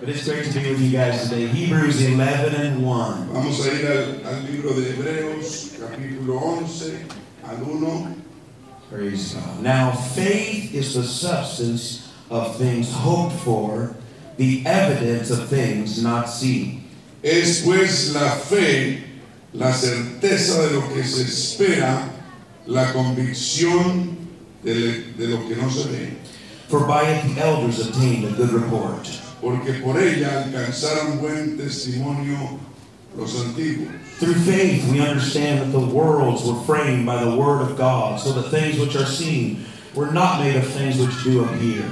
But it's great to be with you guys today. Hebrews 11 and 1. Vamos a ir al, al libro de Hebreos, capítulo 11, al 1. Praise God. Now, faith is the substance of things hoped for, the evidence of things not seen. Es pues la fe, la certeza de lo que se espera, la convicción de, le- de lo que no se ve. For by it the elders obtained a good report. Porque por ella alcanzaron buen testimonio los antiguos. Through faith, we understand that the worlds were framed by the Word of God, so the things which are seen were not made of things which do appear.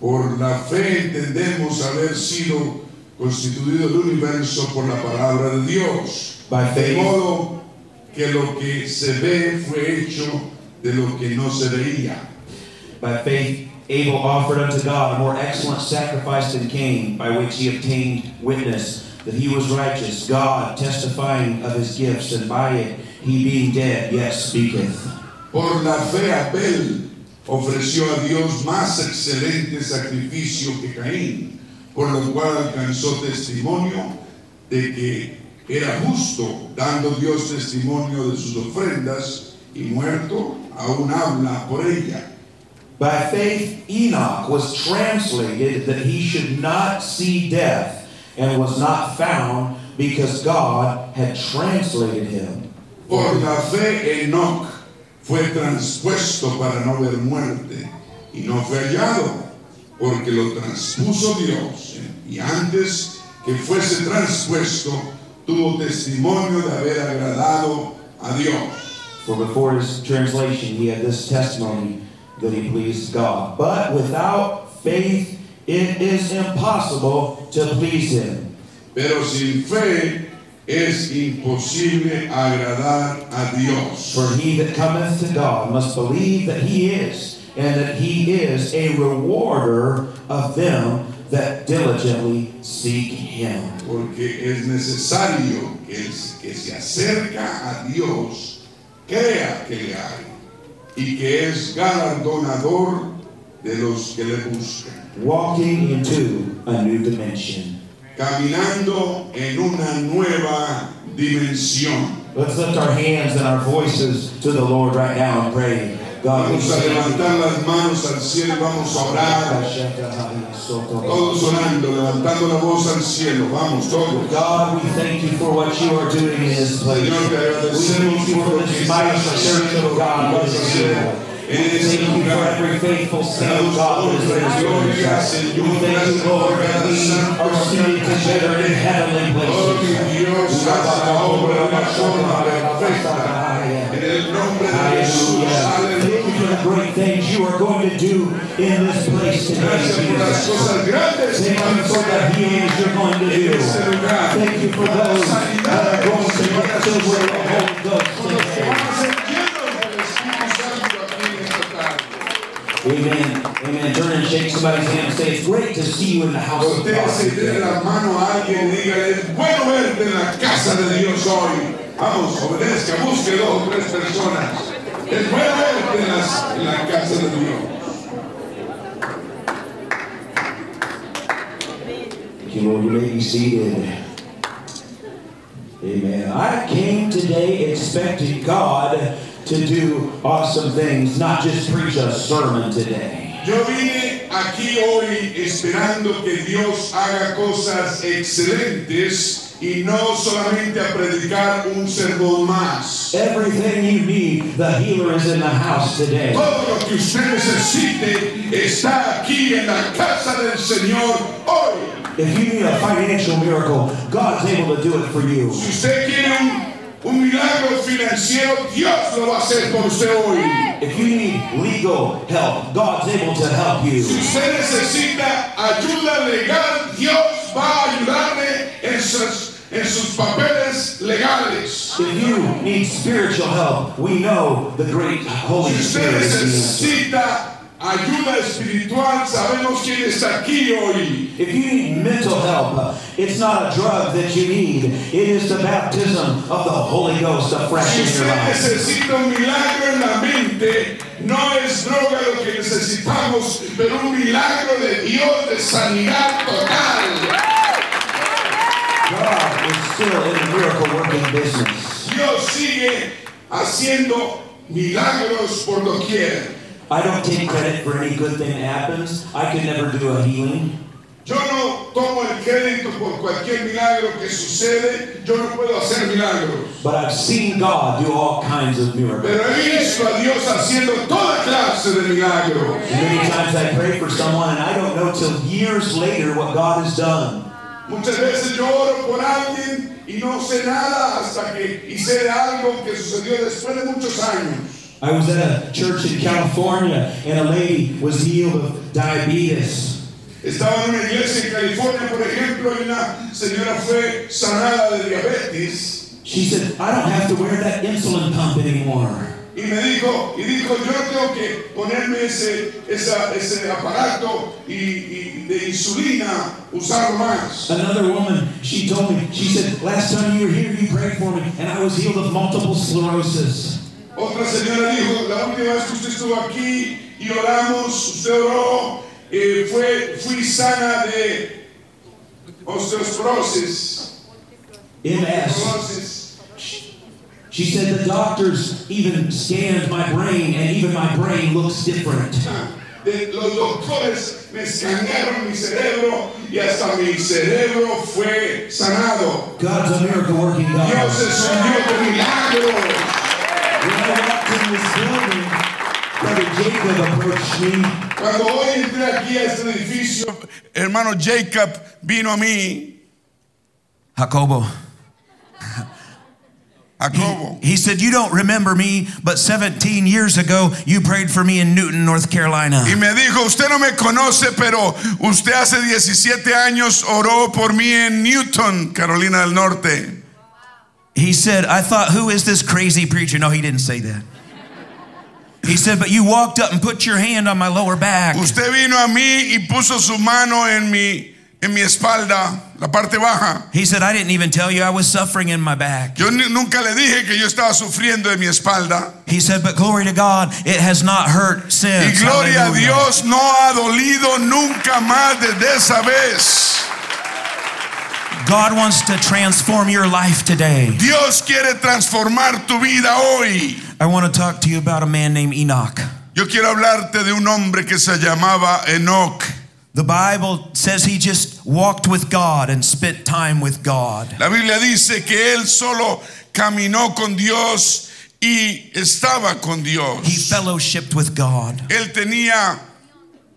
Por la fe entendemos haber sido constituido el universo por la palabra de Dios. By De faith. modo que lo que se ve fue hecho de lo que no se veía. By faith, Abel offered unto God a more excellent sacrifice than Cain, by which he obtained witness that he was righteous, God testifying of his gifts, and by it he being dead, yet speaketh. Por la fe Abel ofreció a Dios más excelente sacrificio que Caín, por lo cual alcanzó testimonio de que era justo, dando Dios testimonio de sus ofrendas, y muerto aún habla por ella. By faith, Enoch was translated that he should not see death, and was not found because God had translated him. Por la fe Enoc fue transpuesto para no ver muerte, y no fue hallado, porque lo transpuso Dios, eh, y antes que fuese transpuesto, tuvo testimonio de haber agradado a Dios. For before his translation, he had this testimony that he pleased God. But without faith, it is impossible to please him. Pero sin fe es imposible agradar a Dios. For he that cometh to God must believe that he is, and that he is a rewarder of them that diligently seek him. Porque es necesario que el que se acerca a Dios crea que le hay y que es galardonador de los que le buscan. Walking into a new dimension. Caminando en una nueva dimensión. Let's lift our hands and our voices to the Lord right now and pray. God, we Vamos a thank you. levantar las manos al cielo y vamos a orar. Todos orando, levantando la voz al cielo. Vamos, todos. God, we thank you for what you are doing in this place. We Señor, te agradecemos thank you por for lo que this mighty estás church haciendo, of lo que God, vas a Lord hacer Jesus. en We este thank you for lugar. every faithful saint of God that is rejoicing. We thank you, Lord, that we are seated together in heavenly Oh mi Dios, haz la obra de la forma perfecta. En places. el nombre de Jesús, Hallelujah. Thank you for aleluya. the great things you are going to do in this place today, Gracias por las Jesus. cosas grandes que Thank you vas for a the hacer healings you're going to en do. este lugar. Thank you for Por las those uh, that are sanidades going to que van get a filled with the suceder. Holy Ghost Se today. van a ser llenos del Espíritu Santo aquí en esta tarde. Amen. Amen. Turn and shake somebody's hand and say, It's great to see you in the house of Voltéase y dé God. la mano a alguien y dígale, es bueno verte en la casa de Dios hoy. Vamos, obedezca, busque dos o tres personas. Es bueno verte en, las- en la casa de Dios. Thank you, Lord. You may be seated. Amen. I came today expecting God to do awesome things, not just preach a sermon today. Yo vine aquí hoy esperando que Dios haga cosas excelentes y no solamente a predicar un sermón más. Everything you need, the healer is in the house today. Todo lo que usted necesite está aquí en la casa del Señor hoy. If you need a financial miracle, God's able to do it for you. Si usted quiere un, un milagro financiero, Dios lo va a hacer por usted hoy. If you need legal help, God's able to help Si you. usted necesita ayuda legal, Dios va a ayudarle en sus, en sus papeles legales. If you need spiritual help, we know the great Holy Si usted Spirit is the answer. necesita Ayuda espiritual, sabemos quién está aquí hoy. If you need mental help, it's not a drug that you need. It is the baptism of the Holy Ghost afresh Si in your usted life. necesita un milagro en la mente, no es droga lo que necesitamos, pero un milagro de Dios de sanidad total. God is still in the miracle working business. Dios sigue haciendo milagros por doquier. I don't take credit for any good thing that happens. I could never do a healing. Yo no tomo el crédito por cualquier milagro que sucede, yo no puedo hacer milagros. But I've seen God do all kinds of miracles. Pero he visto a Dios haciendo toda clase de milagros. Many times I pray for someone and I don't know till years later what God has done. Muchas veces yo oro por alguien y no sé nada hasta que hice de algo que sucedió después de muchos años. I was at a church in California and a lady was healed of diabetes. Estaba en una iglesia en California, por ejemplo, y una señora fue sanada de diabetes She said, I don't have to wear that insulin pump anymore. y me dijo, y dijo, yo tengo que ponerme ese, esa- ese aparato y, y de insulina, usarlo más. Another woman, she told me, she said, last time you were here, you prayed for me, and I was healed of multiple sclerosis. Otra señora dijo, la última vez que usted estuvo aquí y oramos, usted oró, eh, fue, fui sana de osteoporosis. MS. Osteoporosis. She said, the doctors even scanned my brain, and even my brain looks different. De- los doctores me escanearon mi cerebro y hasta mi cerebro fue sanado. God's a miracle working Dios God. es un Dios de milagros. When I walked in this building, Brother Jacob approached me, Cuando hoy entré aquí a este edificio, hermano Jacob vino a mí, Jacobo. a Cobo. He said, You don't remember me, but 17 years ago, you prayed for me in Newton, North Carolina. Y me dijo, usted no me conoce, pero usted hace 17 años oró por mí en Newton, Carolina del Norte. He said, I thought, who is this crazy preacher? No, he didn't say that. He said, but you walked up and put your hand on my lower back. Usted vino a mí y puso su mano en mi, en mi espalda, la parte baja. He said, I didn't even tell you I was suffering in my back. Yo ni- nunca le dije que yo estaba sufriendo de mi espalda. He said, but glory to God, it has not hurt Y since. gloria a Hallelujah. Dios, no ha dolido nunca más desde esa vez. God wants to transform your life today. Dios quiere transformar tu vida hoy. I want to talk to you about a man named Enoch. Yo quiero hablarte de un hombre que se llamaba Enoch. The Bible says he just walked with God and spent time with God. La Biblia dice que él solo caminó con Dios y estaba con He Dios. fellowshipped with God. Él tenía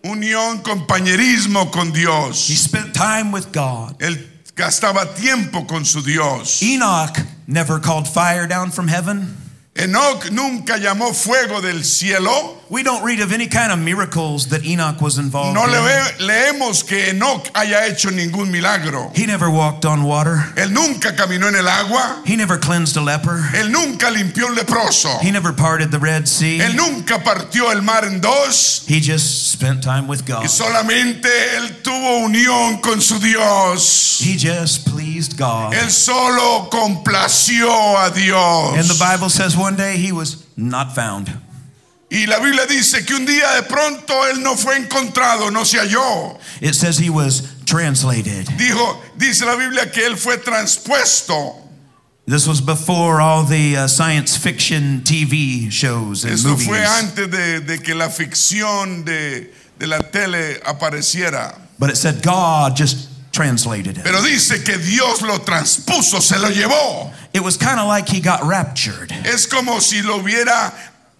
unión, compañerismo con He Dios. spent time with God. Él gastaba tiempo con su Dios. Enoch never called fire down from heaven. Enoch nunca llamó fuego del cielo. We don't read of any kind of miracles that Enoch was involved No le in. ve- leemos que Enoch haya hecho ningún milagro. He never walked on water. Él nunca caminó en el agua. He never cleansed a leper. Él nunca limpió un leproso. He never parted the Red Sea. Él nunca partió el mar en dos. He just spent time with God. Y solamente él tuvo unión con su Dios. He just pleased God. Él solo complació a And the Dios. Bible says one day he was not found. Y la Biblia dice que un día de pronto él no fue encontrado, no se halló. It says he was translated. Dijo, dice la Biblia que él fue transpuesto. This was before all the uh, science fiction TV shows and Esto movies. fue antes de, de que la ficción de, de la tele apareciera. But it said God just translated it. Pero dice que Dios lo transpuso, se lo llevó. It was kind of like he got raptured. Es como si lo hubiera,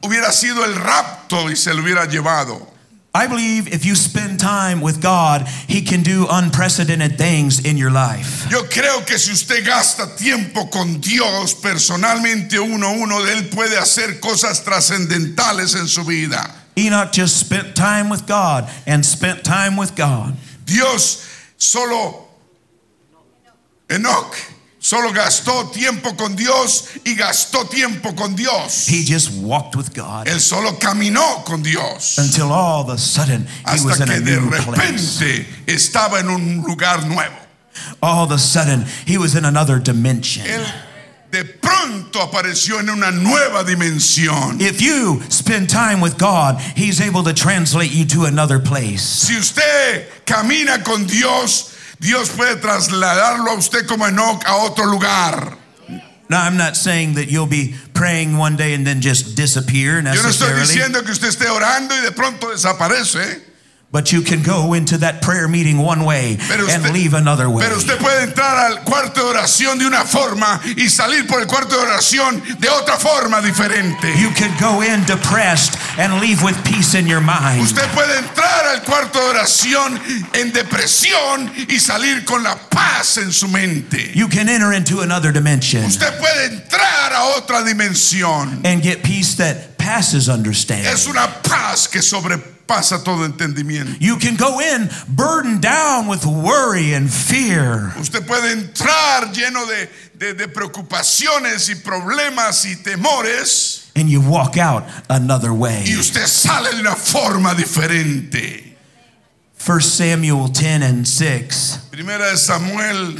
hubiera sido el rapto y se lo hubiera llevado. I believe if you spend time with God, He can do unprecedented things in your life. Yo creo que si usted gasta tiempo con Dios personalmente uno a uno, Él puede hacer cosas trascendentales en su vida. Enoch just spent time with God and spent time with God. Dios solo, Enoch Solo gastó tiempo con Dios y gastó tiempo con Dios. He just walked with God Él solo caminó con Dios until all of a sudden he was hasta in a que de new place. repente estaba en un lugar nuevo. All of a sudden he was in another dimension. Él de pronto apareció en una nueva dimensión. If you spend time with God, he's able to translate you to another place. Si usted camina con Dios, Dios puede trasladarlo a usted como Enoch a otro lugar. Now, I'm not saying that you'll be praying one day and then just disappear Yo no estoy necessarily, diciendo que usted esté orando y de pronto desaparece. ¿eh? but you can go into that prayer meeting one way Pero usted- and leave another way. Pero usted puede entrar al cuarto de oración de una forma y salir por el cuarto de oración de otra forma diferente. You can go in depressed and leave with peace in your mind. Usted puede entrar al cuarto de oración en depresión y salir con la paz en su mente. You can enter into another dimension Usted puede entrar a otra dimensión. and get peace that passes understanding. Es una paz que sobrepasa todo entendimiento. You can go in burdened down with worry and fear. Usted puede entrar lleno de, de- de preocupaciones y problemas y temores and you walk out another way. y usted sale de una forma diferente. 1 Samuel 10 and 6. Primera de Samuel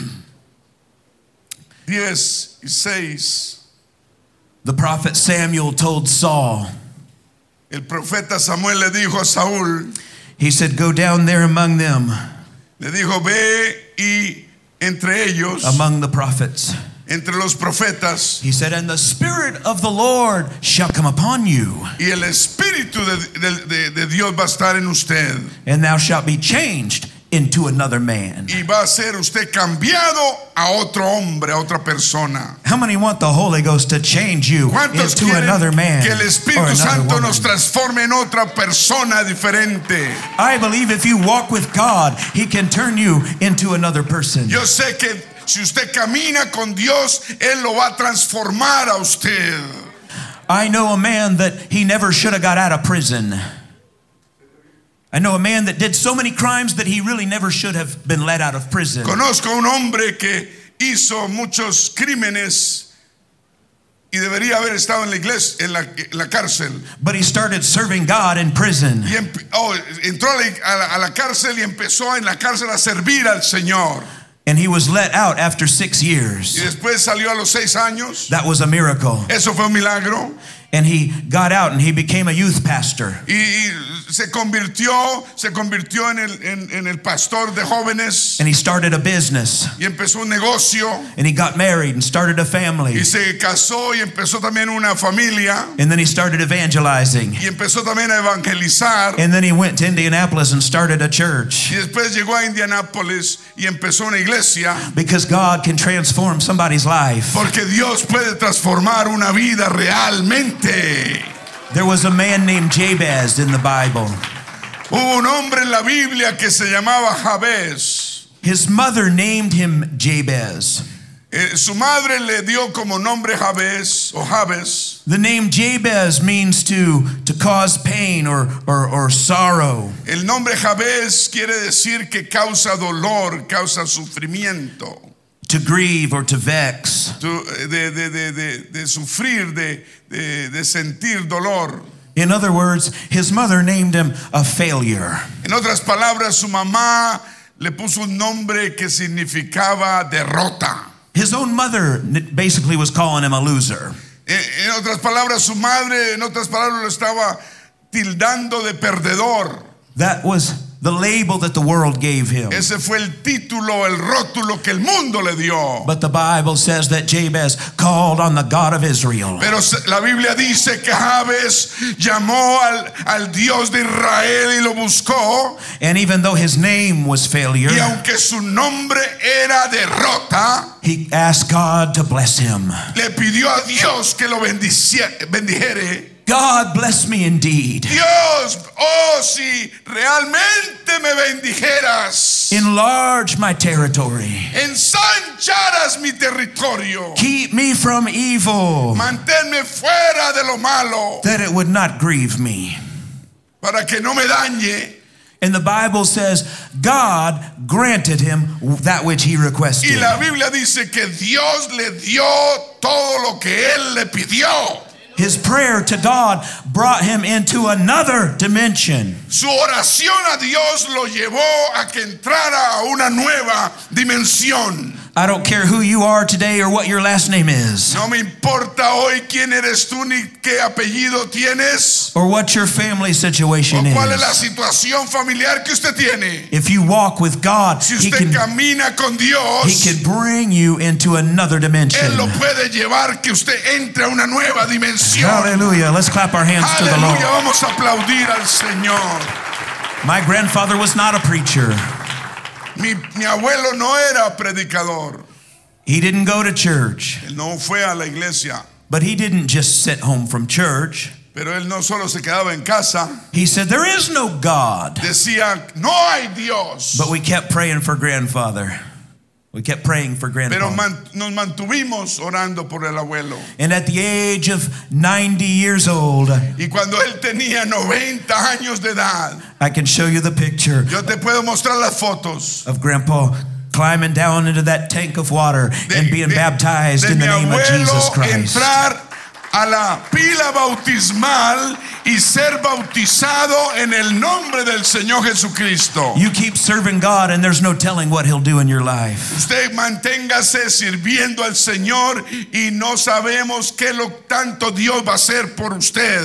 10 y 6. The prophet Samuel told Saul, El profeta Samuel le dijo a Saúl, he said, Go down there among them, le dijo, ve y entre ellos, among the prophets. entre los profetas, He said, And the Spirit of the Lord shall come upon you, y el Espíritu de, de- de- de Dios va a estar en usted, and thou shalt be changed into another man. y va a ser usted cambiado a otro hombre, a otra persona. How many want the Holy Ghost to change you ¿Cuántos into quieren another man? que el or Espíritu another Santo woman? nos transforme en otra persona diferente? I believe if you walk with God, He can turn you into another person. Yo sé que si usted camina con Dios, Él lo va a transformar a usted. I know a man that he never should have got out of prison. I know a man that did so many crimes that he really never should have been let out of prison. Conozco a un hombre que hizo muchos crímenes y debería haber estado en la iglesia, en la, en la cárcel. But he started serving God in prison. Y empe- oh, entró a la, a la- a la cárcel y empezó en la cárcel a servir al Señor. And he was let out after six Y years. después salió a los seis años. That was a miracle. Eso fue un milagro. And he got out and he became a youth pastor. Y, y se convirtió, se convirtió en el, en- en el pastor de jóvenes And he started a business. y empezó un negocio. And he got married and started a family. Y se casó y empezó también una familia And then he started evangelizing. y empezó también a evangelizar. And then he went to Indianapolis and started a church. Y después llegó a Indianápolis y empezó una iglesia. Because God can transform somebody's life. Porque Dios puede transformar una vida realmente. There was a man named Jabez in the Bible. Hubo un hombre en la Biblia que se llamaba Jabez. His mother named him Jabez. Eh, su madre le dio como nombre Jabez o Jabez. The name Jabez means to, to cause pain or, or, or sorrow. El nombre Jabez quiere decir que causa dolor, causa sufrimiento. To grieve or to vex. Tu- eh, de, de- de- de- de sufrir, de, de- de sentir dolor. In other words, his mother named him a failure. En otras palabras, su mamá le puso un nombre que significaba derrota. His own mother n- basically was calling him a loser. En, en otras palabras, su madre, en otras palabras, lo estaba tildando de perdedor. That was the label that the world gave him. Ese fue el título, el rótulo que el mundo le dio. But the Bible says that Jabez called on the God of Israel. Pero se- la Biblia dice que Jabes llamó al, al Dios de Israel y lo buscó. And even though his name was failure, Y aunque su nombre era derrota, He asked God to bless him. le pidió a Dios que lo bendicie- bendijere. God bless me indeed. Dios, oh si realmente me bendijeras, Enlarge my territory. ensancharas mi territorio, Keep me from evil, manténme fuera de lo malo that it would not grieve me. para que no me dañe. And the Bible says God granted him that which he Y requested. la Biblia dice que Dios le dio todo lo que él le pidió. His prayer to God brought him into another dimension. Su oración a Dios lo llevó a que entrara a una nueva dimensión. I don't care who you are today or what your last name is No me importa hoy quién eres tú ni qué apellido tienes or what your family situation o cuál es la is. situación familiar que usted tiene. If you walk with God, Si he usted can, camina con Dios, he can bring you into another dimension. Él lo puede llevar que usted entre a una nueva dimensión. Hallelujah. Let's clap our hands to the Aleluya, Lord. vamos a aplaudir al Señor. My grandfather was not a preacher. Mi, mi abuelo no era predicador, He didn't go to church, él no fue a la iglesia, but he didn't just sit home from church. pero él no solo se quedaba en casa, He said, There is no God. decía, no hay Dios. But we kept praying for grandfather. We kept praying for Pero grandfather. man- nos mantuvimos orando por el abuelo. And at the age of 90 years old, Y cuando él tenía 90 años de edad, I can show you the picture yo te puedo mostrar las fotos of grandpa climbing down into that tank of water and being baptized de in the mi name of abuelo Jesus Christ. entrar a la pila bautismal y ser bautizado en el nombre del Señor Jesucristo. You keep serving God, and there's no telling what he'll do in your life. Usted manténgase sirviendo al Señor y no sabemos qué lo tanto Dios va a hacer por usted.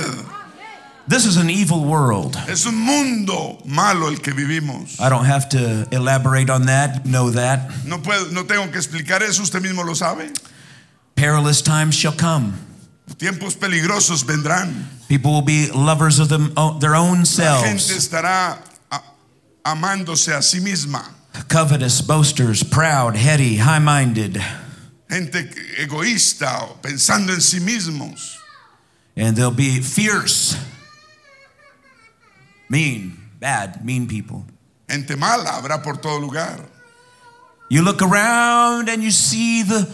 This is an evil world. Es un mundo malo el que vivimos. I don't have to elaborate on that. You know that. No puedo, no tengo que explicar eso, usted mismo lo sabe. Perilous times shall come. Tiempos peligrosos vendrán. People will be lovers of them, o- their own La gente selves, estará a- amándose a sí misma. covetous, boasters, proud, heady, high minded. Gente egoísta o pensando en sí mismos. And they'll be fierce, mean, bad, mean people. Gente mala habrá por todo lugar. You look around and you see the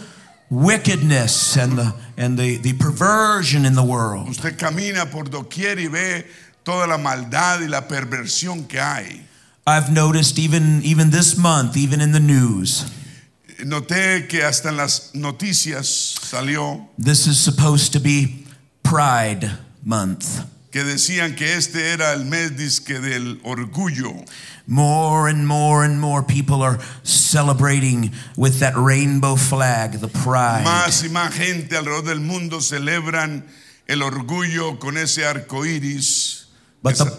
wickedness and the, and the, the perversion in the world. Usted camina por doquier y ve toda la maldad y la perversión que hay. I've noticed even, even this month, even in the news, Noté que hasta en las noticias salió this is supposed to be Pride Month. que decían que este era el mes disque del orgullo. More and more and more people are celebrating with that rainbow flag, the pride. Más y más gente alrededor del mundo celebran el orgullo con ese arco iris. but, the,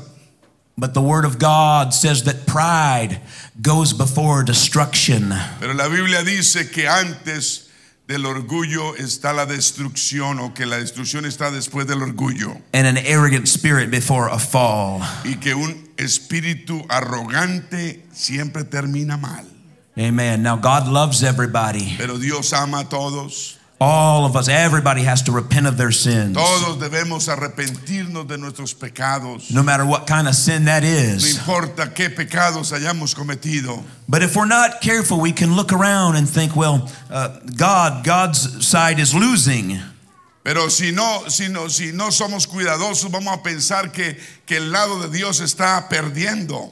but the Word of God says that pride goes before destruction. Pero la Biblia dice que antes del orgullo está la destrucción o que la destrucción está después del orgullo And an arrogant spirit before a fall. y que un espíritu arrogante siempre termina mal. Amen. Now, God loves everybody. Pero Dios ama a todos. All of us, everybody has to repent of their sins. Todos debemos arrepentirnos de nuestros pecados. No matter what kind of sin that No is. importa qué pecados hayamos cometido. But if we're not careful, we can look around and think, well, uh, God, God's side is losing. Pero si no, si no, si no somos cuidadosos, vamos a pensar que, que el lado de Dios está perdiendo.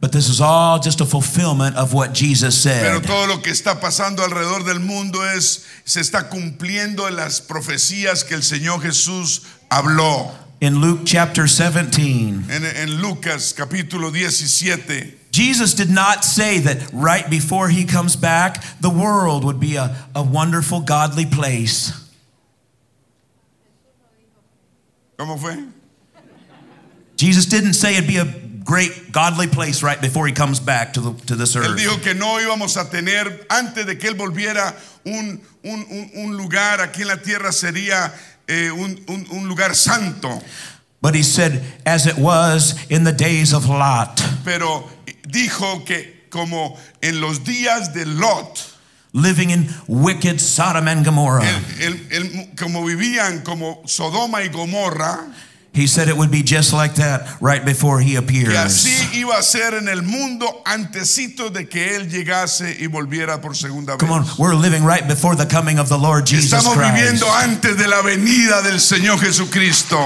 But this is all just a fulfillment of what Jesus Pero said. todo lo que está pasando alrededor del mundo es se está cumpliendo en las profecías que el Señor Jesús habló. In Luke chapter 17, En, en Lucas capítulo 17, Jesus did not say that right before he comes back, the world would be a, a wonderful, godly place. ¿cómo fue? Jesus didn't say it'd be a great, godly place right before he comes back to, the, to this Él earth. dijo que no íbamos a tener, antes de que Él volviera, un, un- un- un lugar aquí en la tierra sería eh, un- un- un lugar santo. But he said, as it was in the days of Lot. Pero dijo que como en los días de Lot, living in wicked Sodom and Gomorrah. el- el- el- como vivían como Sodoma y Gomorra, He said it would be just like that right before he que appears. así iba a ser en el mundo antecito de que él llegase y volviera por segunda vez. Come on, we're living right before the coming of the Lord Jesus Estamos Christ. viviendo antes de la venida del Señor Jesucristo.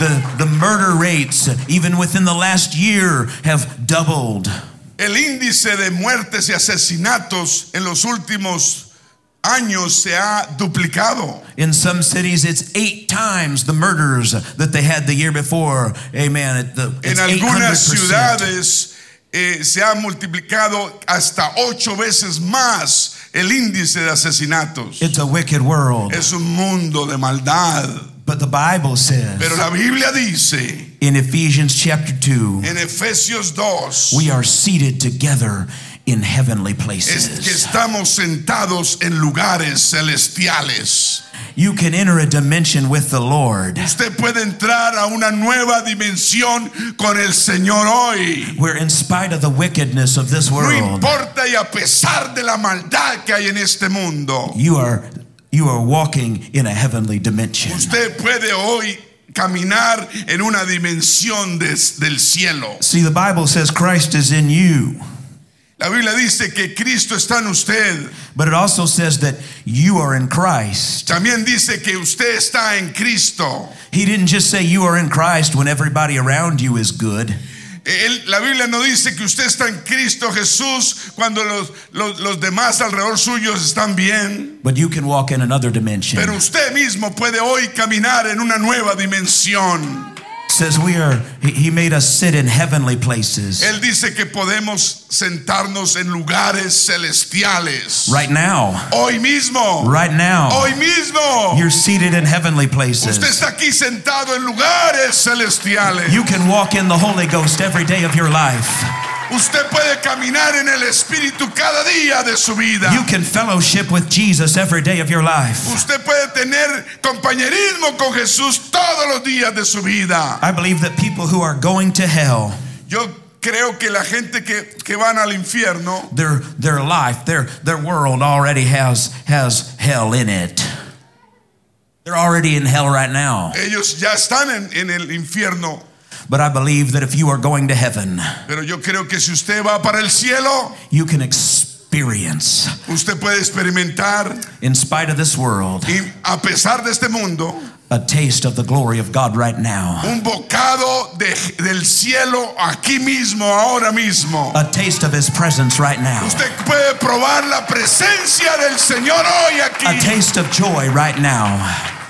The, the murder rates, even within the last year, have doubled. El índice de muertes y asesinatos en los últimos años se ha duplicado. In some cities, it's eight times the murders that they had the year before. Amen. It- the- En it's algunas 800%. ciudades eh, se ha multiplicado hasta ocho veces más el índice de asesinatos. It's a wicked world. Es un mundo de maldad. But the Bible Pero says la Biblia dice in Ephesians chapter 2, en Efesios 2 we are seated together in heavenly es que places. estamos sentados en lugares celestiales. You can enter a dimension with the Lord Usted puede entrar a una nueva dimensión con el Señor hoy. where, in spite of the wickedness of this No world, importa y a pesar de la maldad que hay en este mundo. you are, you are walking in a heavenly dimension. Usted puede hoy caminar en una dimensión des- del cielo. See, the Bible says Christ is in you, La Biblia dice que Cristo está en usted. but it also says that you are in Christ. También dice que usted está en Cristo. He didn't just say you are in Christ when everybody around you is good. Él- la Biblia no dice que usted está en Cristo Jesús cuando los, los- los demás alrededor suyos están bien. But you can walk in another dimension. Pero usted mismo puede hoy caminar en una nueva dimensión. says we are he, he made us sit in heavenly places Él dice que podemos sentarnos en lugares celestiales. right now Hoy mismo. right now Hoy mismo. you're seated in heavenly Usted places está aquí sentado en lugares celestiales. you can walk in the holy ghost every day of your life Usted puede caminar en el Espíritu cada día de su vida. you can fellowship with jesus every day of your life Usted puede tener compañerismo con Jesús todos los días de su vida. i believe that people who are going to hell Yo creo que la gente que, que van al infierno, their their life their their world already has has hell in it they're already in hell right now ellos ya están en, en el infierno. but i believe that if you are going to heaven Pero yo creo que si usted va para el cielo, you can experience usted puede experimentar, in spite of this world y a pesar de este mundo, a taste of the glory of God right now. un bocado de- del cielo aquí mismo, ahora mismo. A taste of his presence right now. Usted puede probar la presencia del Señor hoy A aquí. taste of joy right now.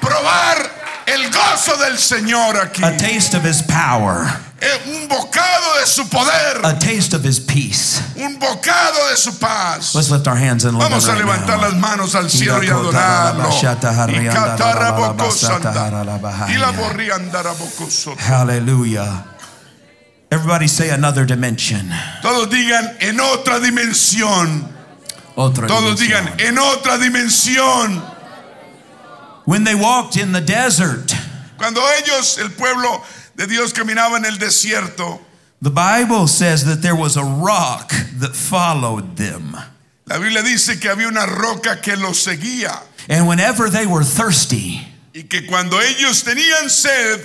Probar el gozo del Señor aquí. A taste of his power. Eh, Un bocado de su poder. A taste of his peace. Un bocado de su paz. Let's lift our hands and love Vamos a him right levantar las now. manos al cielo y adorarlo. Y catarabocosanta. Y la borriandarabocoso. Hallelujah. Everybody say another dimension. Todos digan en otra dimensión. Otra Todos dimensión. digan en otra dimensión. When they walked in the desert, Cuando ellos, el pueblo de Dios, caminaba en el desierto, the Bible says that there was a rock that followed them. la Biblia dice que había una roca que los seguía. And whenever they were thirsty, Y que cuando ellos tenían sed,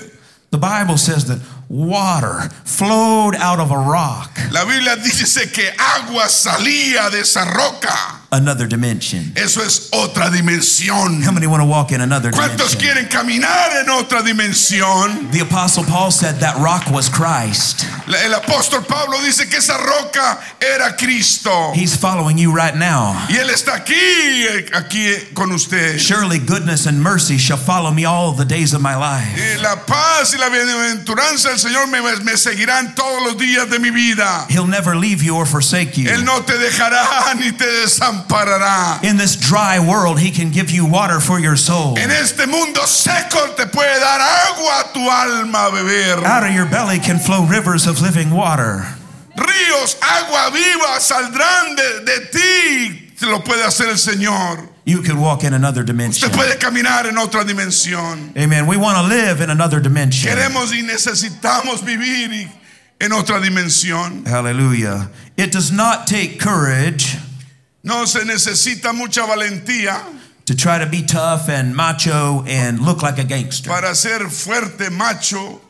The Bible says that water flowed out of a rock, la Biblia dice que agua salía de esa roca. another dimension. Eso es otra dimensión. How many want to walk in another ¿Cuántos dimension? quieren caminar en otra dimensión? The Apostle Paul said that rock was Christ. La- El apóstol Pablo dice que esa roca era Cristo. He's following you right now. Y Él está aquí, eh, aquí eh, con usted. Surely goodness and mercy shall follow me all the days of my life. Eh, La paz y la bienaventuranza del Señor me, me seguirán todos los días de mi vida. He'll never leave you or forsake Él you. no te dejará ni te desamparará. In this dry world, He can give you water for your soul. En este mundo seco te puede dar agua a tu alma a beber. Out of your belly can flow rivers of living water. Ríos, agua viva saldrán de, de ti. Te lo puede hacer el Señor. You can walk in another Usted dimension. puede caminar en otra dimensión. Amen. We want to live in another dimension. Queremos y necesitamos vivir y- en otra dimensión. Hallelujah. It does not take courage No se necesita mucha valentía to try to be tough and macho and look like a gangster. para ser fuerte, macho.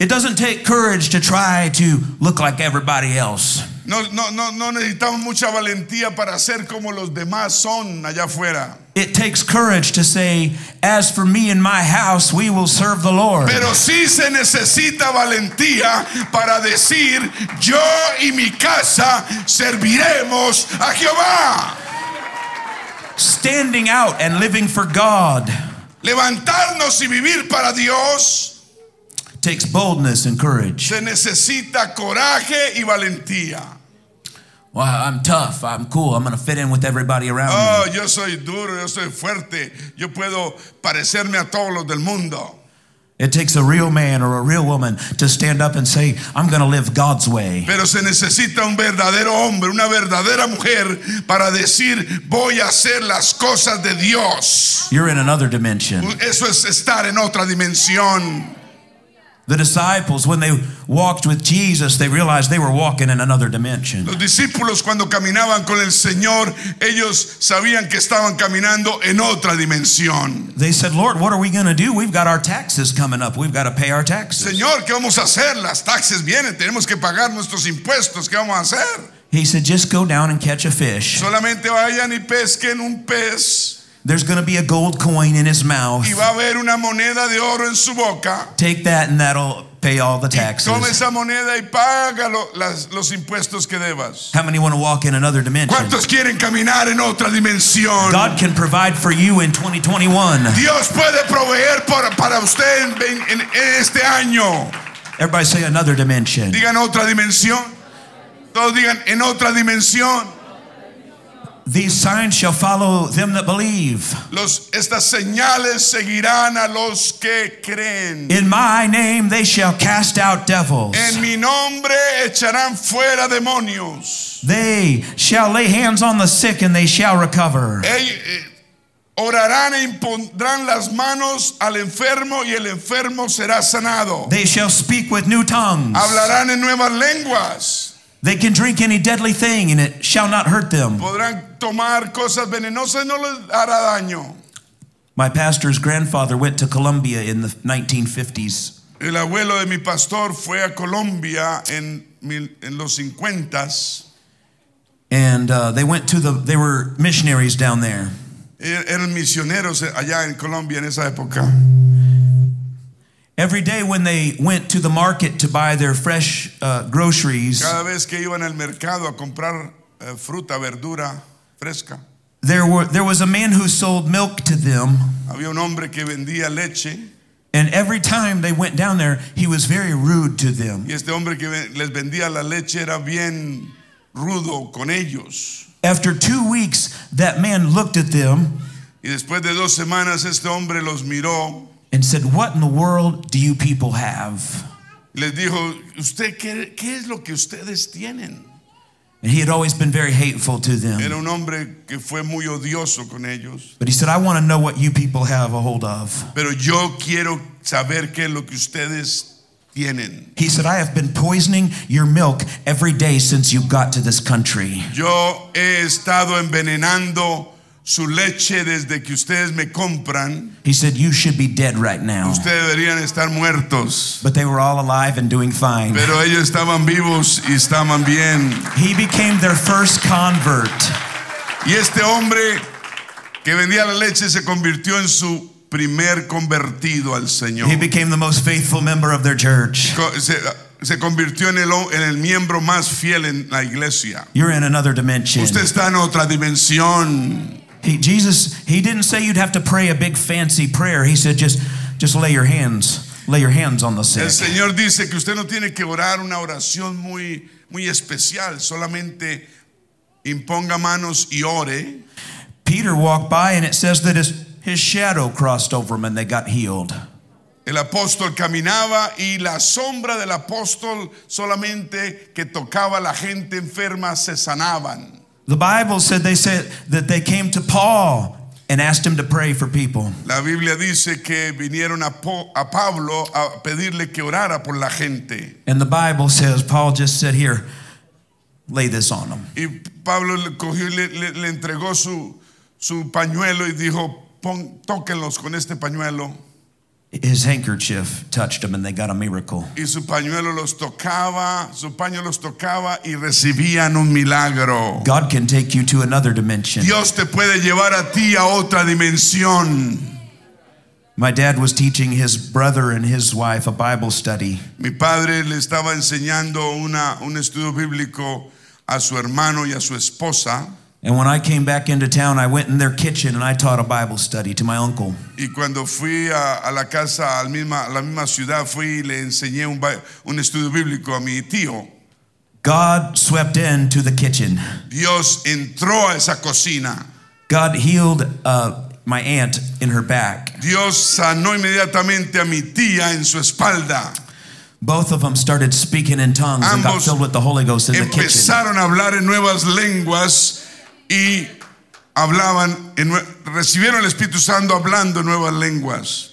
It doesn't take courage to try to look like everybody else. No, no, no, no necesitamos mucha valentía para ser como los demás son allá afuera. It takes courage to say, As for me and my house, we will serve the Lord. Pero sí se necesita valentía para decir, yo y mi casa serviremos a Jehová. Standing out and living for God Levantarnos y vivir para Dios takes boldness and courage. se necesita coraje y valentía. Well, I'm tough. I'm cool. I'm going to fit in with everybody around me. Oh, yo soy duro, yo soy fuerte, yo puedo parecerme a todos los del mundo. It takes a real man or a real woman to stand up and say, I'm going to live God's way. Pero se necesita un verdadero hombre, una verdadera mujer para decir voy a hacer las cosas de Dios. You're in another dimension. Eso es estar en otra dimensión. The disciples, when they walked with Jesus, they realized they were walking in another dimension. Los discípulos cuando caminaban con el Señor, ellos sabían que estaban caminando en otra dimensión. They said, Lord, what are we going to do? We've got our taxes coming up. We've got to pay our taxes. Señor, ¿qué vamos a hacer? Las taxes vienen, tenemos que pagar nuestros impuestos, ¿qué vamos a hacer? He said, just go down and catch a fish. Solamente vayan y pesquen un pez There's going to be a gold coin in his mouth. y va a haber una moneda de oro en su boca. Take that and that'll pay all the Toma taxes. esa moneda y paga lo- las- los impuestos que debas. How many want to walk in another dimension? ¿Cuántos quieren caminar en otra dimensión? God can provide for you in 2021. Dios puede proveer por- para usted en, vein- en- en este año. Everybody say another dimension. Digan otra dimensión. Todos digan en otra dimensión. These signs shall follow them that believe. Los, estas señales seguirán a los que creen. In my name they shall cast out devils. En mi nombre echarán fuera demonios. They shall lay hands on the sick and they shall recover. Ey- eh, orarán e impondrán las manos al enfermo y el enfermo será sanado. They shall speak with new tongues. Hablarán en nuevas lenguas. They can drink any deadly thing and it shall not hurt them. Podrán tomar cosas venenosas y no les hará daño. My pastor's grandfather went to Colombia in the 1950s. El abuelo de mi pastor fue a Colombia en, mil- en los 50 And uh, they went to the, they were missionaries down there. Er, Eran misioneros eh, allá en Colombia en esa época. Every day when they went to the market to buy their fresh uh, groceries, Cada vez que iban al mercado a comprar eh, fruta, verdura fresca, there, were, there was a man who sold milk to them. había un hombre que vendía leche And every time they went down there, he was very rude to them. y este hombre que ven- les vendía la leche era bien rudo con ellos. After two weeks, that man looked at them Y después de dos semanas este hombre los miró and said, What in the world do you people have? Les dijo, ¿usted qué, qué es lo que ustedes tienen? And he had always been very hateful to Era them. un hombre que fue muy odioso con ellos. But he said, I want to know what you people have a hold of. Pero yo quiero saber qué es lo que ustedes tienen. He said, I have been poisoning your milk every day since you got to this country. Yo he estado envenenando su leche desde que ustedes me compran. He said, You should be dead right now. Ustedes deberían estar muertos. But they were all alive and doing fine. Pero ellos estaban vivos y estaban bien. He became their first convert. Y este hombre que vendía la leche se convirtió en su primer convertido al Señor. He became the most faithful member of their church. Co- se, se convirtió en el, ho- en el miembro más fiel en la iglesia. You're in another dimension. Usted está en otra dimensión. He, Jesus, he didn't say you'd have to pray a big fancy prayer. He said just just lay your hands, lay your hands on the sick. El Señor dice que usted no tiene que orar una oración muy, muy especial, solamente imponga manos y ore. Peter walked by and it says that his his shadow crossed over him and they got healed. El apóstol caminaba y la sombra del apóstol solamente que tocaba a la gente enferma se sanaban. The Bible said they said that they came to Paul and asked him to pray for people. La Biblia dice que vinieron a, Po- a Pablo a pedirle que orara por la gente. And the Bible says Paul just said here, lay this on them. Y Pablo le cogió y le, le- le entregó su, su pañuelo y dijo, "Pon- tóquenlos con este pañuelo. his handkerchief touched him and they got a miracle. y su pañuelo los tocaba, su paño los tocaba y recibían un milagro. God can take you to another dimension. Dios te puede llevar a ti a otra dimensión. My dad was teaching his brother and his wife a Bible study. Mi padre le estaba enseñando una, un estudio bíblico a su hermano y a su esposa. And when I came back into town, I went in their kitchen and I taught a Bible study to my uncle. Y cuando fui a, a la casa, al misma, a la misma ciudad, fui y le enseñé un, ba- un estudio bíblico a mi tío. God swept into the kitchen. Dios entró a esa cocina. God healed uh, my aunt in her back. Dios sanó inmediatamente a mi tía en su espalda. Both of them started speaking in tongues and got Ambos filled with the Holy Ghost in the kitchen. Empezaron a hablar en nuevas lenguas y hablaban, en nue- recibieron el Espíritu Santo hablando en nuevas lenguas.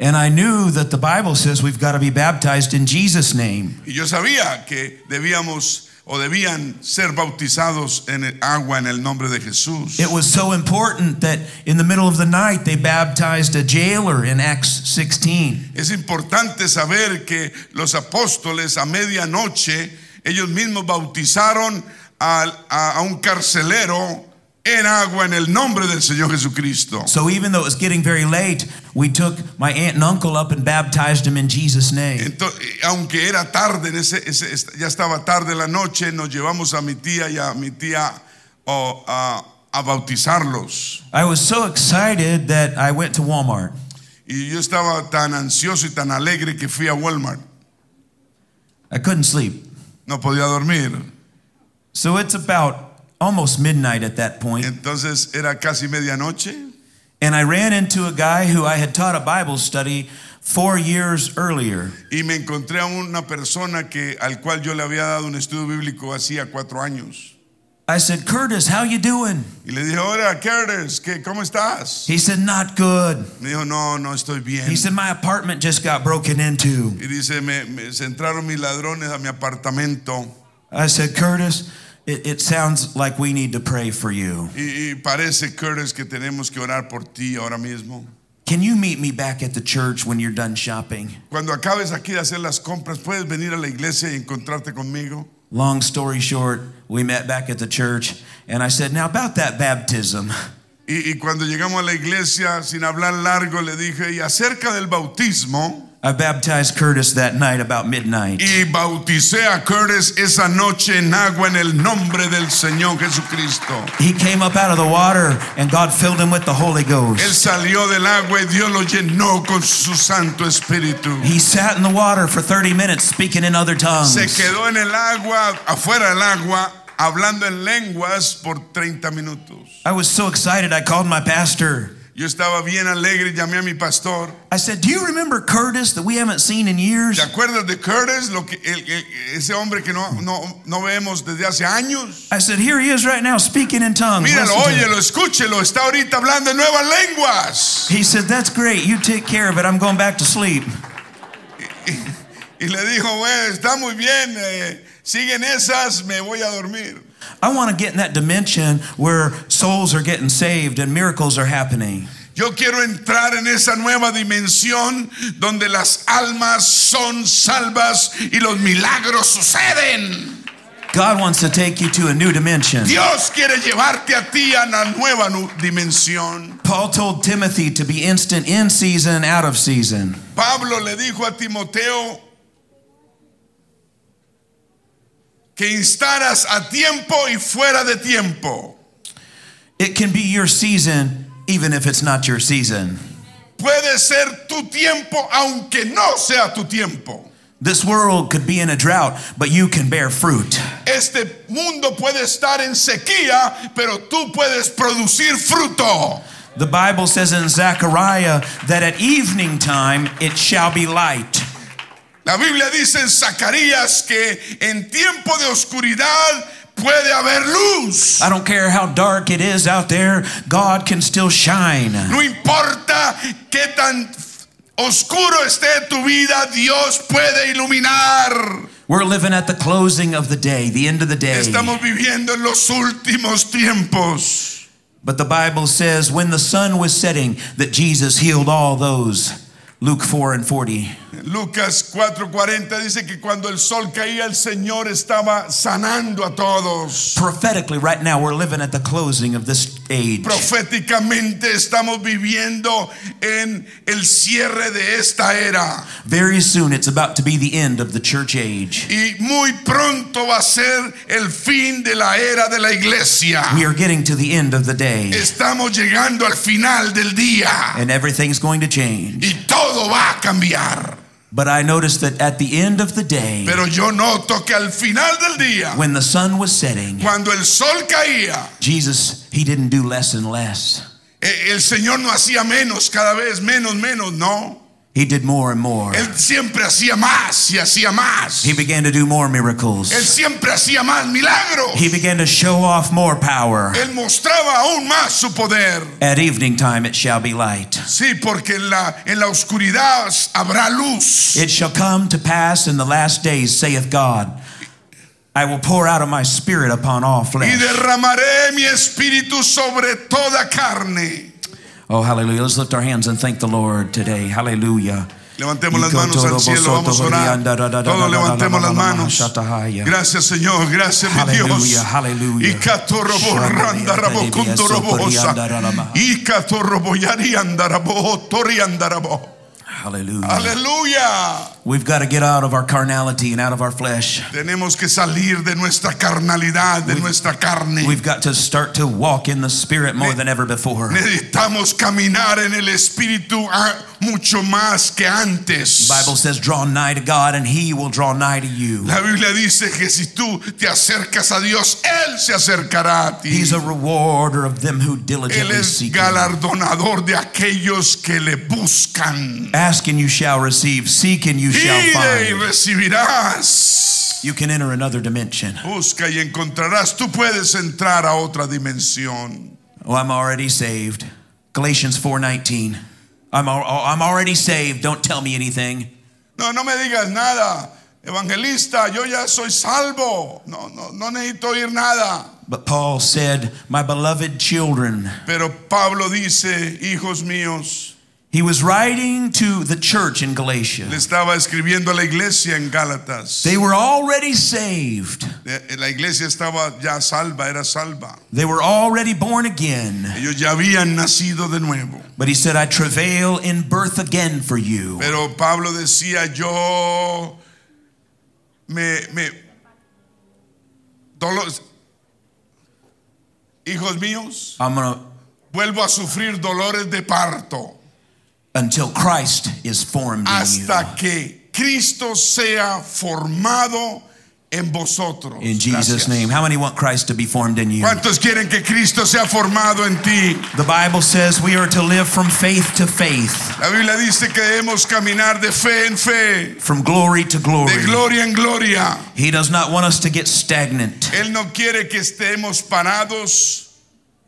And I knew that the Bible says we've got to be baptized in Jesus' name. Y yo sabía que debíamos o debían ser bautizados en el agua en el nombre de Jesús. It was so important that in the middle of the night they baptized a jailer in Acts 16. Es importante saber que los apóstoles a medianoche, ellos mismos bautizaron al- a, a un carcelero en agua en el nombre del Señor Jesucristo. So even though it was getting very late, we took my aunt and uncle up and baptized them in Jesus' name. Ento- eh, aunque era tarde, en ese, ese- es- ya estaba tarde la noche, nos llevamos a mi tía y a mi tía oh, a, a bautizarlos. I was so excited that I went to Walmart. Y yo estaba tan ansioso y tan alegre que fui a Walmart. I couldn't sleep. No podía dormir. So it's about almost midnight at that point, Entonces era casi medianoche. and I ran into a guy who I had taught a Bible study four years earlier. Y me encontré a una persona que, al cual yo le había dado un estudio bíblico hacía cuatro años. I said, "Curtis, how you doing?" Y le dije, hola, Curtis, ¿qué, ¿cómo estás? He said, "Not good." Me dijo, no, no estoy bien. He said, "My apartment just got broken into." Y dice, me, me- se entraron mis ladrones a mi apartamento I said, "Curtis, it, it sounds like we need to pray for you. y, y parece, Curtis, que tenemos que orar por ti ahora mismo. Can you meet me back at the church when you're done shopping?" Cuando acabes aquí de hacer las compras, ¿puedes venir a la iglesia y encontrarte conmigo? Long story short, we met back at the church, and I said, "Now about that baptism." Y, y cuando llegamos a la iglesia, sin hablar largo, le dije, y acerca del bautismo, I baptized Curtis that night about midnight. Y bauticé a Curtis esa noche en agua en el nombre del Señor Jesucristo. He came up out of the water and God filled him with the Holy Él Ghost. salió del agua y Dios lo llenó con su Santo Espíritu. He sat in the water for 30 minutes speaking in other Se tongues. quedó en el agua, afuera del agua, hablando en lenguas por 30 minutos. I was so excited, I called my pastor. Yo estaba bien alegre y llamé a mi pastor. I said, Do you remember Curtis that we haven't seen in years? ¿Te acuerdas de Curtis, lo que, el- el- ese hombre que no, no, no vemos desde hace años? I said, Here he is right now speaking in tongues. Míralo, Listen to him." óyelo, escúchelo, está ahorita hablando en nuevas lenguas. He said, That's great. You take care of it. I'm going back to sleep. Y le dijo, bueno, está muy bien, eh, siguen esas, me voy a dormir. I want to get in that dimension where souls are getting saved and miracles are happening. Yo quiero entrar en esa nueva dimensión donde las almas son salvas y los milagros suceden. God wants to take you to a new dimension. Dios quiere llevarte a ti a una nueva nu- dimensión. Paul told Timothy to be instant in season, and out of season. Pablo le dijo a Timoteo que instaras a tiempo y fuera de tiempo. It can be your season, even if it's not your season. Puede ser tu tiempo aunque no sea tu tiempo. This world could be in a drought, but you can bear fruit. Este mundo puede estar en sequía, pero tú puedes producir fruto. The Bible says in Zechariah that at evening time it shall be light. La Biblia dice en Zacarías que en tiempo de oscuridad puede haber luz. I don't care how dark it is out there, God can still shine. No importa qué tan oscuro esté tu vida, Dios puede iluminar. We're living at the closing of the day, the end of the day. Estamos viviendo en los últimos tiempos. But the Bible says when the sun was setting that Jesus healed all those Luke 4 and 40. Lucas 4:40 dice que cuando el sol caía el Señor estaba sanando a todos. Prophetically, right now, we're living at the closing of this age. Proféticamente estamos viviendo en el cierre de esta era Very soon, it's about to be the end of the church age. y muy pronto va a ser el fin de la era de la iglesia. We are getting to the end of the day, Estamos llegando al final del día and everything's going to change. y todo va a cambiar. But I noticed that at the end of the day, Pero yo noto que al final del día, when the sun was setting, cuando el sol caía, Jesus, he didn't do less and less. eh, el Señor no hacía menos, cada vez menos, menos, no. He did more and more. Él siempre hacía más y hacía más. He began to do more Él miracles. siempre hacía más milagros. He began to show off more power. Él mostraba aún más su poder. At evening time it shall be light. Sí, porque en la, en la oscuridad habrá luz. It shall come to pass in the last days, saith God, I will pour out of my spirit upon all Y flesh. derramaré mi espíritu sobre toda carne. Oh, hallelujah. Let's lift our hands and thank the Lord today. Hallelujah. Levantemos las manos al cielo, vamos a orar. Todos levantemos las manos. Gracias, Señor, gracias, mi Dios. Hallelujah, hallelujah. Y catorrobo randa rabo kunto robosa. Y catorrobo yari andarabo tori andarabo. Hallelujah. Aleluya. We've got to get out of our carnality and out of our flesh. Tenemos que salir de nuestra carnalidad, de nuestra carne. We've got to start to walk in the spirit more than ever before. Necesitamos caminar en el espíritu ah, mucho más que antes. Bible says, draw nigh to God and he will draw nigh to you. La Biblia dice que si tú te acercas a Dios, él se acercará a ti. He's a rewarder of them who Él diligently es seek him. galardonador de aquellos que le buscan. Ask and you shall receive, seek and you shall Pide y find. recibirás. You can enter another dimension. Busca y encontrarás. Tú puedes entrar a otra dimensión. Oh, I'm already saved. Galatians 4:19. I'm al- I'm already saved. Don't tell me anything. No, no me digas nada. Evangelista, yo ya soy salvo. No, no, no necesito oír nada. But Paul said, "My beloved children." Pero Pablo dice, hijos míos, He was writing to the church in le Galatia. estaba escribiendo a la iglesia en Gálatas. They were already saved. Eh, La iglesia estaba ya salva, era salva. They were already born again. Ellos ya habían nacido de nuevo. But he said, "I travail in birth again for you." Pero Pablo decía, yo me, me dolo- hijos míos, I'm going to vuelvo a sufrir dolores de parto until Christ is formed in you. hasta que Cristo sea formado en vosotros. In Jesus' Gracias. name. How many want Christ to be formed in you? ¿Cuántos quieren que Cristo sea formado en ti? The Bible says we are to live from faith to faith, La Biblia dice que debemos caminar de fe en fe, from glory to glory. de gloria en gloria. He does not want us to get stagnant. Él no quiere que estemos parados.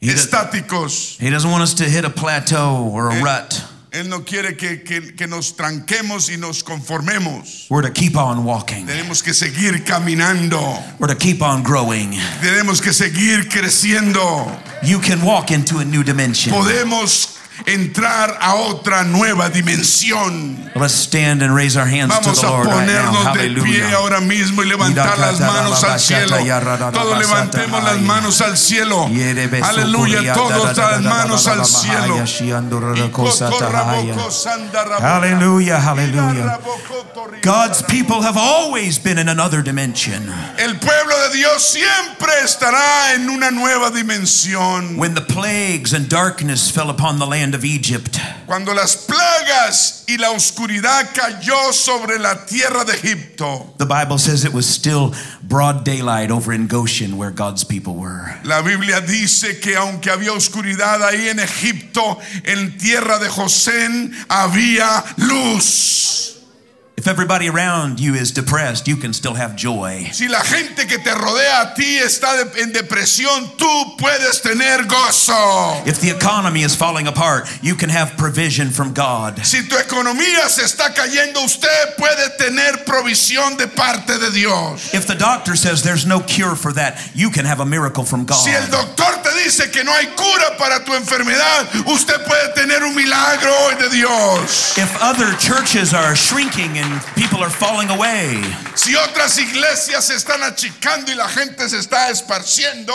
He, does, estáticos. he doesn't want us to hit a plateau or a Eh. rut. Él no quiere que, que- que nos tranquemos y nos conformemos. We're to keep on walking. Tenemos que seguir caminando. We're to keep on growing. Tenemos que seguir creciendo. You can walk into a new dimension. Podemos entrar a otra nueva dimensión. Let's stand and raise our hands to Vamos the a Lord right now. ponernos de pie Hallelujah. ahora mismo y levantar las manos al cielo. Todos levantemos las manos al cielo. Aleluya, todos las manos al cielo. Hallelujah, hallelujah. God's people. people have always been in another dimension. El pueblo de Dios siempre estará en una nueva dimensión. When the plagues and darkness fell upon the land of Egypt, Cuando las plagas y la oscuridad cayó sobre la tierra de Egipto, the Bible says it was still broad daylight over in Goshen where God's people were. la Biblia dice que aunque había oscuridad ahí en Egipto, en tierra de José había luz. If everybody around you is depressed, you can still have joy. Si la gente que te rodea a ti está de- en depresión, tú puedes tener gozo. If the economy is falling apart, you can have provision from God. Si tu economía se está cayendo, usted puede tener provisión de parte de Dios. If the doctor says there's no cure for that, you can have a miracle from Si el God. doctor te dice que no hay cura para tu enfermedad, usted puede tener un milagro hoy de Dios. If other churches are shrinking and people are falling away, Si otras iglesias se están achicando y la gente se está esparciendo,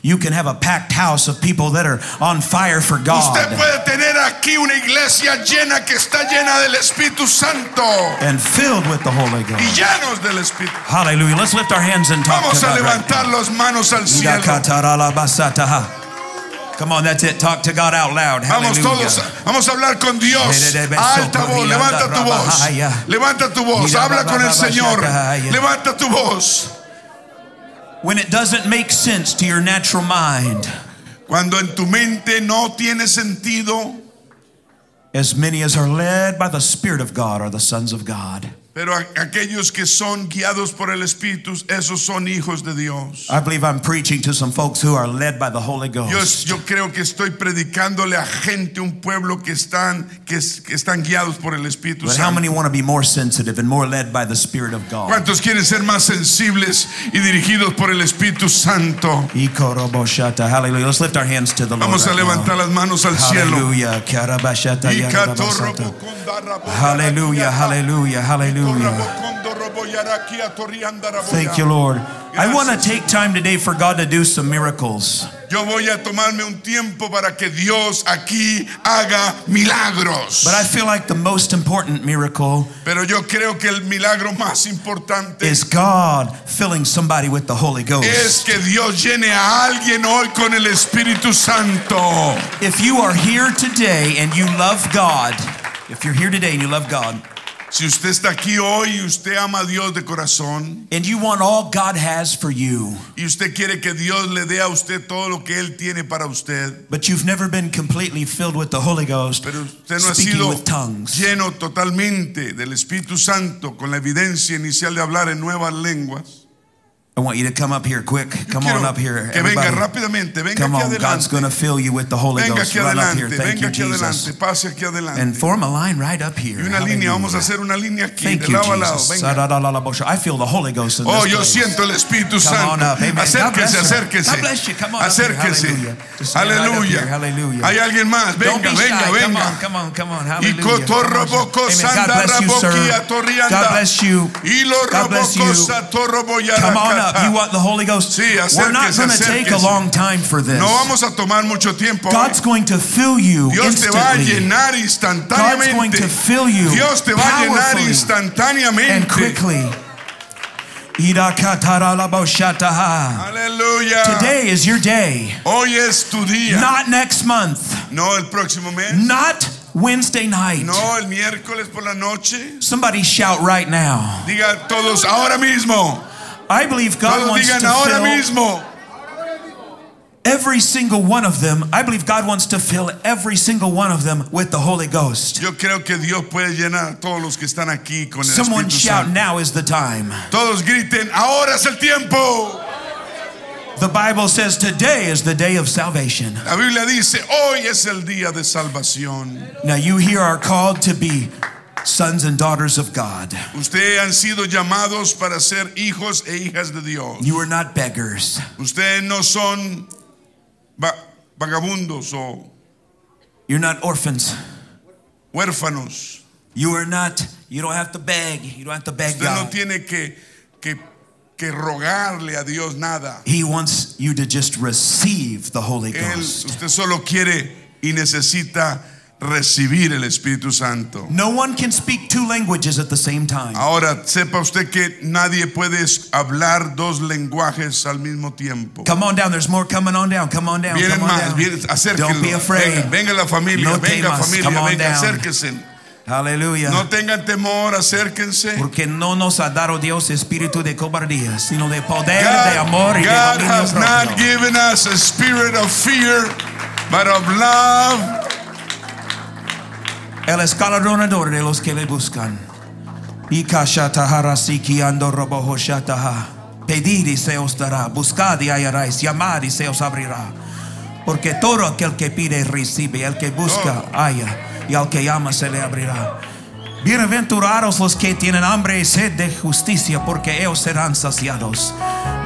you can have a packed house of people that are on fire for usted God puede tener aquí una iglesia llena que está llena del Espíritu Santo and filled with the Holy y Ghost. llenos del Espíritu. Hallelujah. Let's lift our hands and talk to Vamos a God. right levantar las manos al now. cielo. Ndakataralabasataha. Come on, that's it. Talk to God out loud. Vamos todos, Hallelujah. vamos a hablar con Dios. A Alta voz, levanta tu voz. Levanta tu voz, habla con el Señor. Levanta tu voz. When it doesn't make sense to your natural mind, Cuando en tu mente no tiene sentido, as many as are led by the Spirit of God are the sons of God. pero a- aquellos que son guiados por el Espíritu, esos son hijos de Dios. I believe I'm preaching to some folks who are led by the Holy Yo, Ghost. yo creo que estoy predicándole a gente, un pueblo que están, que, es- que están guiados por el Espíritu But how Santo. many want to be more sensitive and more led by the Spirit of God? ¿Cuántos quieren ser más sensibles y dirigidos por el Espíritu Santo? Ikoroboshata. Hallelujah. Let's lift our hands to the Lord. Vamos a right now. levantar las manos al cielo. Hallelujah. Karabashata Y yarabasata. Hallelujah. Hallelujah. Hallelujah. Thank you, Lord. I want to take time today for God to do some miracles. Yo voy a tomarme un tiempo para que Dios aquí haga milagros. But I feel like the most important miracle Pero yo creo que el milagro más importante is God filling somebody with the Holy es Ghost. que Dios llene a alguien hoy con el Espíritu Santo. If you are here today and you love God, if you're here today and you love God, Si usted está aquí hoy y usted ama a Dios de corazón and you want all God has for you, y usted quiere que Dios le dé a usted todo lo que Él tiene para usted, but you've never been completely filled with the Holy Ghost, pero usted no ha speaking sido with tongues, lleno totalmente del Espíritu Santo con la evidencia inicial de hablar en nuevas lenguas, I want you to come up here quick. yo Come on quiero up here, que venga everybody. rápidamente, venga Come aquí on, God's adelante, going to fill you with the Holy venga Ghost aquí right up here. adelante, Thank venga you, aquí adelante, Jesus. pase aquí And adelante. form a line right up here. Y una línea, vamos a Hallelujah. hacer una línea aquí, Thank de you, lado a lado. Jesus. Venga. Sa-da-da-la-la-bosha. I feel the Holy Ghost in Oh, this yo place. siento el Espíritu Come on Santo. up, amen. God bless Acérquese, you. acérquese. God bless you. Come on up here. Acérquese. Hallelujah. Just stand right up Aleluya. here. Hallelujah. Hay alguien más. Don't Venga, be venga, shy. Come on, venga. come on, come on. Y Hallelujah. cotorroboco Amen. God sanda bless you, sir. raboquia God bless you. Y lo God bless you. roboco satorroboyaracata. Come on up. You want the Holy Ghost? Sí, We're not acérquese, going to take a acérquese. long time for this. No vamos a tomar mucho tiempo. God's going to fill you Dios te va a instantly llenar God's going to instantáneamente. fill you Dios te va a llenar powerfully and instantáneamente. quickly. Ida-ka-ta-ra-la-bo-sha-ta-ha. Aleluya. Today is your day, Hoy es tu día. not next month, no el próximo mes. not Wednesday night. No, el miércoles por la noche. Somebody shout right now. Diga todos ahora mismo. I believe God Todos wants to digan ahora fill mismo. every single one of them. I believe God wants to fill every single one of them with the Holy Ghost. Yo creo que Dios puede llenar a todos los que están aquí con el Someone Espíritu shout, Santo. now is the time. Todos griten, ahora es el tiempo. The Bible says today is the day of salvation. La Biblia dice, hoy es el día de salvación. Now you here are called to be sons and daughters of God. Ustedes han sido llamados para ser hijos e hijas de Dios. You are not beggars. Ustedes no son va- vagabundos o You're not orphans. huérfanos. You are not, you don't have to beg. You don't have to beg Usted no God. tiene que, que, que rogarle a Dios nada. He wants you to just receive the Holy Él, Ghost. usted solo quiere y necesita recibir el Espíritu Santo. No one can speak two languages at the same time. Ahora, sepa usted que nadie puede es- hablar dos lenguajes al mismo tiempo. Come on down. There's more coming on down. Come on down. Vienen Come on más, down. vienen, acérquenlo. Don't be afraid. Venga, venga la familia, No venga temas. Come familia, on venga, down. acérquense. Hallelujah. No tengan temor, acérquense. Porque no nos ha dado Dios espíritu de cobardía, sino de poder, de amor y de God dominio has not propio. given us a spirit of fear, but of love El escaladronador de los que le buscan. Ikashataharasikiyandorobohoshataha. Pedid y se os dará, buscad y hallaréis, llamad y se os abrirá. Porque todo aquel que pide recibe, el que busca halla, y al que llama se le abrirá. Bienaventurados los que tienen hambre y sed de justicia, porque ellos serán saciados.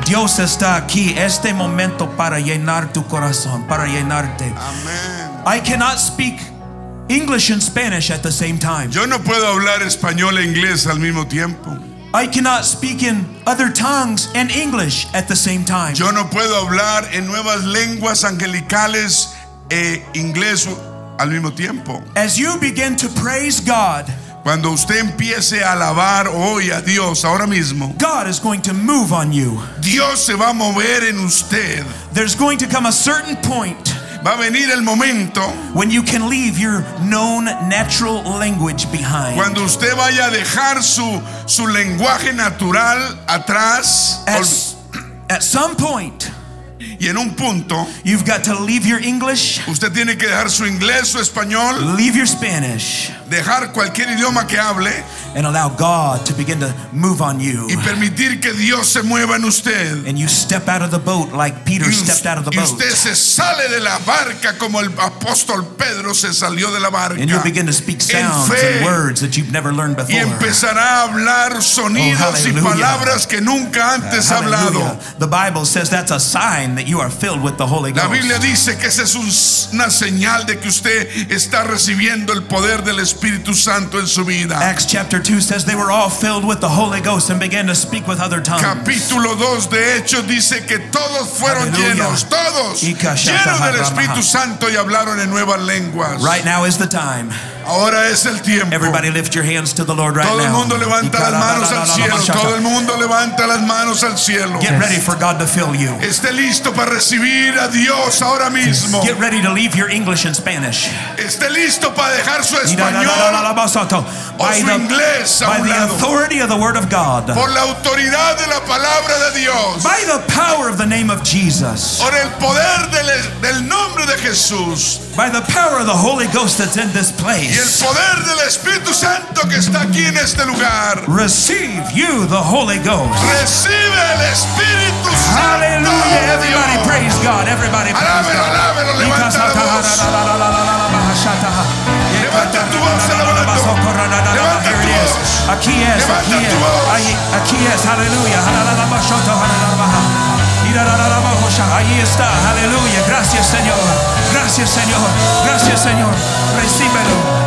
Dios está aquí este momento para llenar tu corazón, para llenarte. Amén. I cannot speak English and Spanish at the same time. Yo no puedo hablar español e inglés al mismo tiempo. I cannot speak in other tongues and English at the same time. Yo no puedo hablar en nuevas lenguas angelicales e inglés al mismo tiempo. As you begin to praise God, Cuando usted empiece a alabar hoy a Dios, ahora mismo, God is going to move on you. Dios se va a mover en usted. There's going to come a certain point Va a venir el momento when you can leave your known natural language behind. cuando usted vaya a dejar su, su lenguaje natural atrás at, s- at some point, y en un punto you've got to leave your English, usted tiene que dejar su inglés, su español, leave your Spanish, dejar cualquier idioma que hable and allow God to begin to move on you. y permitir que Dios se mueva en usted. And you step out of the boat like Peter Y stepped out of the y boat. usted se sale de la barca como el apóstol Pedro se salió de la barca. And you'll begin to speak sounds fe. and words that you've never learned before. Y empezará a hablar sonidos y Oh, hallelujah. palabras que nunca antes ha hablado. Hallelujah. The Bible says that's a sign that you are filled with the Holy La Biblia Ghost. dice que esa es un- una señal de que usted está recibiendo el poder del Espíritu Santo en su vida. Acts chapter 2 says they were all filled with the Holy Ghost and began to speak with other tongues. Capítulo 2 de Hechos dice que todos fueron Aleluya. llenos, todos Y cachata, llenos del jarra, Espíritu maja. Santo y hablaron en nuevas lenguas. Right now is the time. Ahora es el tiempo. Everybody lift your hands to the Lord right Todo el now. mundo levanta las manos al cielo. Todo el mundo levanta las manos al cielo. Get ready for God to fill you. Esté listo para recibir a Dios ahora mismo. Get ready to leave your English and Spanish. Esté listo para dejar su español By su inglés the, a by un the lado. authority of the Word of God, por la autoridad de la palabra de Dios. by the power of the name of Jesus, Por el poder del, del nombre de Jesús by the power of the Holy Ghost that's in this y el place. poder del Espíritu Santo que está aquí en este lugar. Receive you the Holy Ghost. Recibe el Espíritu Santo. Hallelujah. de Dios. Everybody praise God. Everybody praise Alábelo, God. alábelo, levanta la voz. Levanta tu voz, alábalo. Levanta Here tu it is. voz. Aquí es, aquí Levanta es. tu voz. Ahí- Aquí es, aleluya. Ahí está, aleluya. Gracias, Señor. Gracias, Señor. Gracias, Señor. Recíbelo.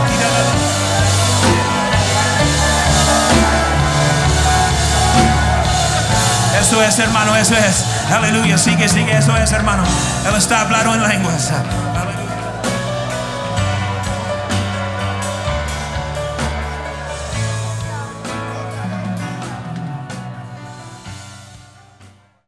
Eso es, hermano, eso es. Aleluya, sigue, sigue, eso es, hermano. Él está hablando en lenguas. Aleluya.